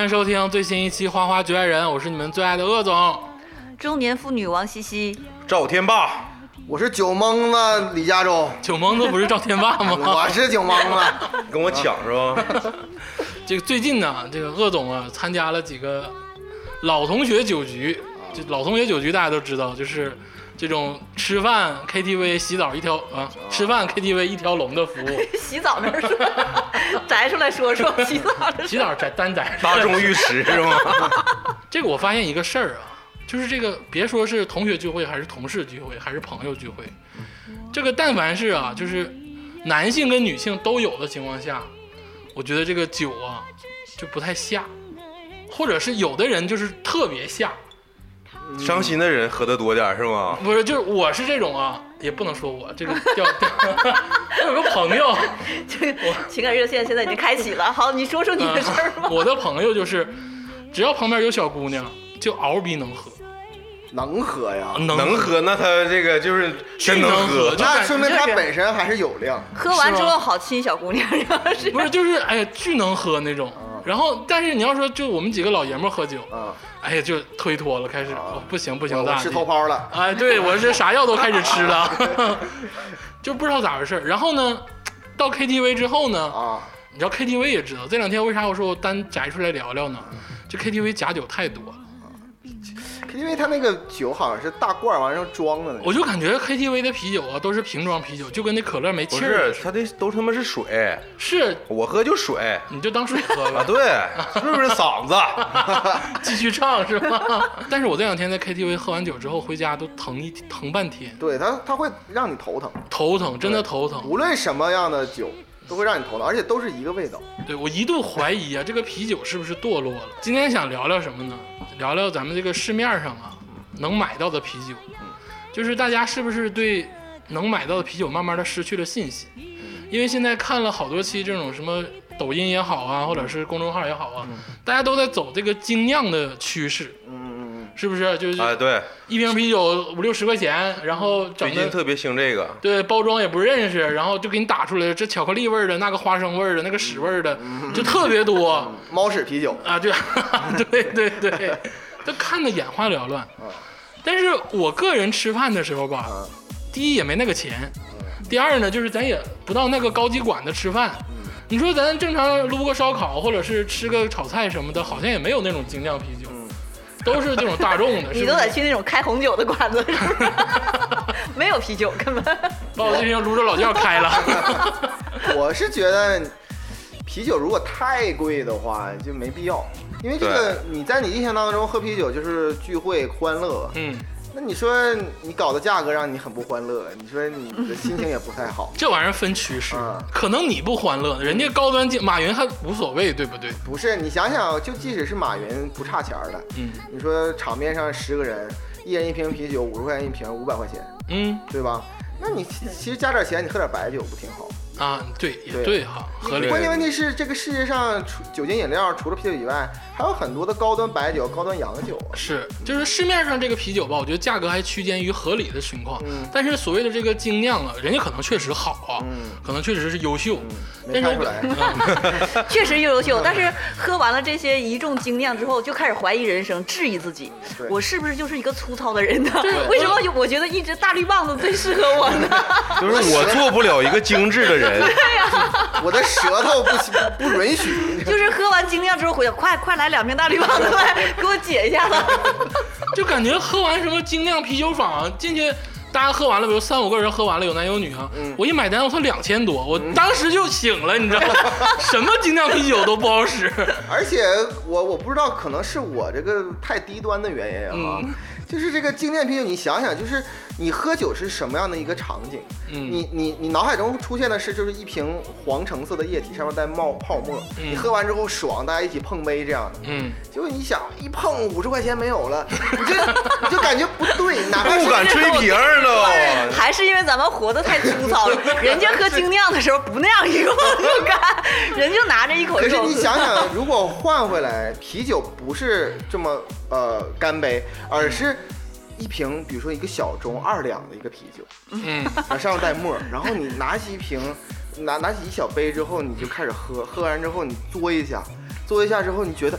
迎收听最新一期《花花局外人》，我是你们最爱的鄂总。中年妇女王西西，赵天霸，我是酒蒙子李嘉洲，九蒙子不是赵天霸吗 我？是酒蒙子。你跟我抢 是吧？这个最近呢，这个鄂总啊参加了几个老同学酒局。这老同学酒局大家都知道，就是这种吃饭、KTV、洗澡一条啊，吃饭 KTV 一条龙的服务。洗澡那儿说， 摘出来说说洗澡的洗事。澡在单宅大众浴池是吗？这个我发现一个事儿啊，就是这个别说是同学聚会，还是同事聚会，还是朋友聚会，这个但凡是啊，就是男性跟女性都有的情况下，我觉得这个酒啊就不太下，或者是有的人就是特别下，伤心的人喝的多点儿是吗？不是，就是我是这种啊，也不能说我这个调调，我有个朋友，这个情感热线现在已经开启了。好，你说说你的事儿吧。我的朋友就是只要旁边有小姑娘就熬逼能喝，能喝呀？嗯能喝，那他这个就是真能喝喝就。那说明他本身还是有量。喝完之是后吗好亲小姑娘，然后是不是，就是哎呀，巨能喝那种。嗯然后，但是你要说就我们几个老爷们儿喝酒，啊，哎呀，就推脱了，开始、哦不行不行，嗯我咋我地吃头孢了。哎，对我这啥药都开始吃 了，就不知道咋回事儿。然后呢，到 KTV 之后呢，啊，你知道 KTV 也知道，这两天为啥我说我单摘出来聊聊嗯呢？这 KTV 假酒太多了，因为他那个酒好像是大罐儿，完了装的那我种。就感觉 KTV 的啤酒啊都是瓶装啤酒，就跟那可乐没不气儿是，似的。他这都他妈是水，是，我喝就水你就当水喝啊， 吧，对，是不是 嗓子？啊继续唱是吧？ 但是我这两天在 KTV 喝完酒之后回家都疼一疼半天。对他，他会让你头疼，头疼，真的头疼。无论什么样的酒都会让你头疼，而且都是一个味道。对我一度怀疑啊，这个啤酒是不是堕落了？今天想聊聊什么呢？聊聊咱们这个市面上啊能买到的啤酒，就是大家是不是对能买到的啤酒慢慢的失去了信心？因为现在看了好多期这种什么抖音也好啊，或者是公众号也好啊，大家都在走这个精酿的趋势，嗯，是不是？就是啊，对，一瓶啤酒五六十块钱，然后整最的近特别兴这个，对，包装也不认识，然后就给你打出来这巧克力味儿的、那个花生味儿的、那个屎味儿的，嗯就特别多猫屎啤酒。 啊！对，对对对，嗯 都看得眼花缭乱。但是我个人吃饭的时候吧，嗯第一也没那个钱，嗯第二呢就是咱也不到那个高级馆子吃饭。嗯你说咱正常撸个烧烤，或者是吃个炒菜什么的，好像也没有那种精酿啤酒，都是这种大众 的。嗯你是都不是得去那种开红酒的馆子，是不是没有啤酒根本。把我这瓶泸州老窖开 了。 我是觉得啤酒如果太贵的话就没必要，因为这个你在你印象当中喝啤酒就是聚会欢乐，嗯，。那你说你搞的价格让你很不欢乐，你说你的心情也不太好 这玩意儿分趋势嗯，可能你不欢乐，人家高端进马云还无所谓，对不对？不是，你想想，啊就即使是马云不差钱儿的，嗯你说场面上十个人，一人一瓶啤酒，五十块钱一瓶，五百块钱，嗯对吧？那你其其实加点钱，你喝点白酒不挺好？啊，对，也对对哈，合理对。关键问题是，这个世界上除酒精饮料除了啤酒以外，还有很多的高端白酒、高端洋酒啊。是，就是市面上这个啤酒吧，我觉得价格还区间于合理的情况。嗯但是所谓的这个精酿啊，人家可能确实好啊，嗯可能确实是优秀，没但是看我 出来感、确实优秀，但是喝完了这些一众精酿之后，就开始怀疑人生，质疑自己对，我是不是就是一个粗糙的人呢对？ 为什么我觉得一只大绿棒子最适合我呢？就是我做不了一个精致的 人，我的舌头不行不不允许。就是喝完精酿之后回去，快快来两瓶大绿棒子来给我解一下子。就感觉喝完什么精酿啤酒坊啊进去。大家喝完了，比如三五个人喝完了，有男有女啊。嗯我一买单，我操两千多，我当时就醒了，你知道吗？ 什么精酿啤酒都不好使。而且我我不知道，可能是我这个太低端的原因啊。就是这个精酿啤酒，你想想，就是你喝酒是什么样的一个场景？嗯你你你脑海中出现的是就是一瓶黄橙色的液体，上面带冒泡沫，嗯你喝完之后爽，大家一起碰杯这样的。嗯，结果你想一碰五十块钱没有了，你就你就感觉不对，哪怕是不敢吹瓶儿哦都。还是因为咱们活得太粗糙了，人家喝精酿的时候不那样一口就干，人就拿着一口可一是口你想啊喝。想，如果换回来，啤酒不是这么呃干杯，而是一瓶，比如说一个小盅二两的一个啤酒，嗯，然后上面带沫儿，然后你拿起一瓶， 拿拿起一小杯之后，你就开始喝，喝完之后你嘬一下，嘬一下之后你觉得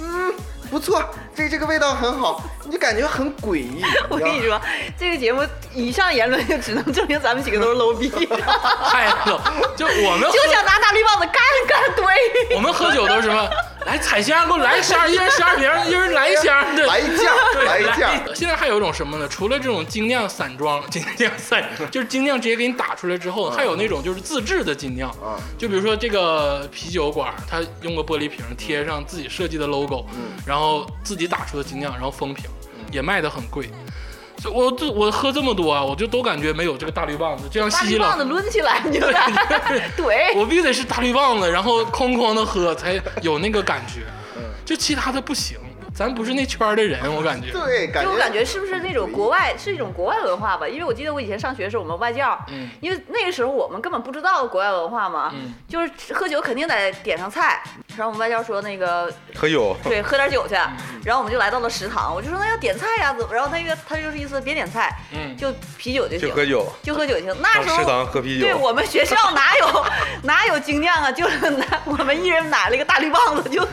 嗯不错，这这个味道很好，你就感觉很诡异。我跟你知道吗，说，这个节目以上言论就只能证明咱们几个都是 low 逼，就太 low。就我们喝想拿大绿帽子干干 对。我们喝酒都是什么？来彩箱，给我来一箱，一人十二瓶，一人来一箱。对，来一件儿，对，来一件儿，一现在还有一种什么呢？除了这种精酿散装、 精酿散，就是精酿直接给你打出来之嗯后，还有那种就是自制的精酿。啊，就比如说这个啤酒馆，它用个玻璃瓶贴上自己设计的 logo，、然嗯后自己打出的精酿，然后封瓶，也卖的很贵。就我就我喝这么多啊，我就都感觉没有这个大绿棒子，这样大稀绿稀棒老子。抡起来你就敢 怼。我必须得是大绿棒子，然后哐哐的喝才有那个感觉嗯。就其他的不行，咱不是那圈儿的人，我感觉。对，感就觉我感觉是不是那种国外是一种国外文化吧？因为我记得我以前上学的时候，我们外教，嗯因为那个时候我们根本不知道国外文化嘛，嗯就是喝酒肯定得点上菜。然后我们外教说那个喝酒， 对，喝点酒去。嗯然后我们就来到了食堂，我就说那要点菜呀、怎么？然后他约他就是意思别点菜，嗯，就啤酒就行，就喝酒，就喝酒就行。那上时食候堂喝啤对酒，我们学校 哪有哪有精酿啊，就是拿我们一人买了一个大绿棒子，就是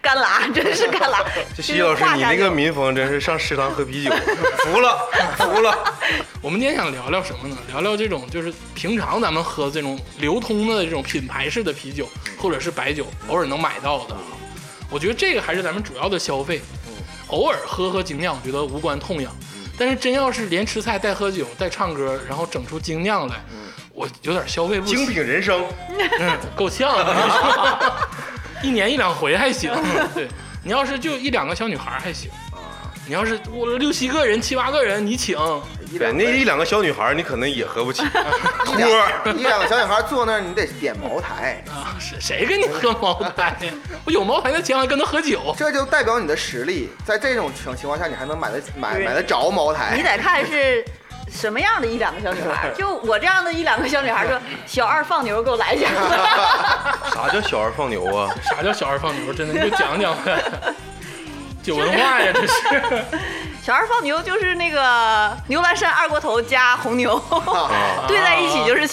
干拉， 真是干拉。 这就西是老师画你下那个 酒民风真是上食堂喝啤酒，服了 服了，我们今天想聊聊什么呢？聊聊这种就是平常咱们喝这种流通的这种品牌式的啤酒嗯或者是白酒，偶尔能买到的。我觉得这个还是咱们主要的消费，嗯偶尔喝喝精酿，我觉得无关痛痒。但是真要是连吃菜带喝酒带唱歌，然后整出精酿来，我有点消费不起，嗯精品人生，嗯，够呛， 一年一两回还行。对你要是就一两个小女孩儿还行，你要是我六七个人七八个人你请，啊一对，两那一两个小女孩儿你可能也喝不起，一两一两个小女孩坐那儿，你得点茅台，啊，谁谁跟你喝茅台？我有茅台的钱，还跟他喝酒。这就代表你的实力。在这种情情况下，你还能买得买不是买得着茅台？你得看是什么样的一两个小女孩 儿。就我这样的一两个小女孩儿说，小二放牛给我来一下。 啥叫小儿放牛啊？啥叫小二放牛？真的，你就讲讲呗。 酒文化呀，这是。小二放牛就是那个牛栏山二锅头加红牛。 啊，啊兑在一起就是小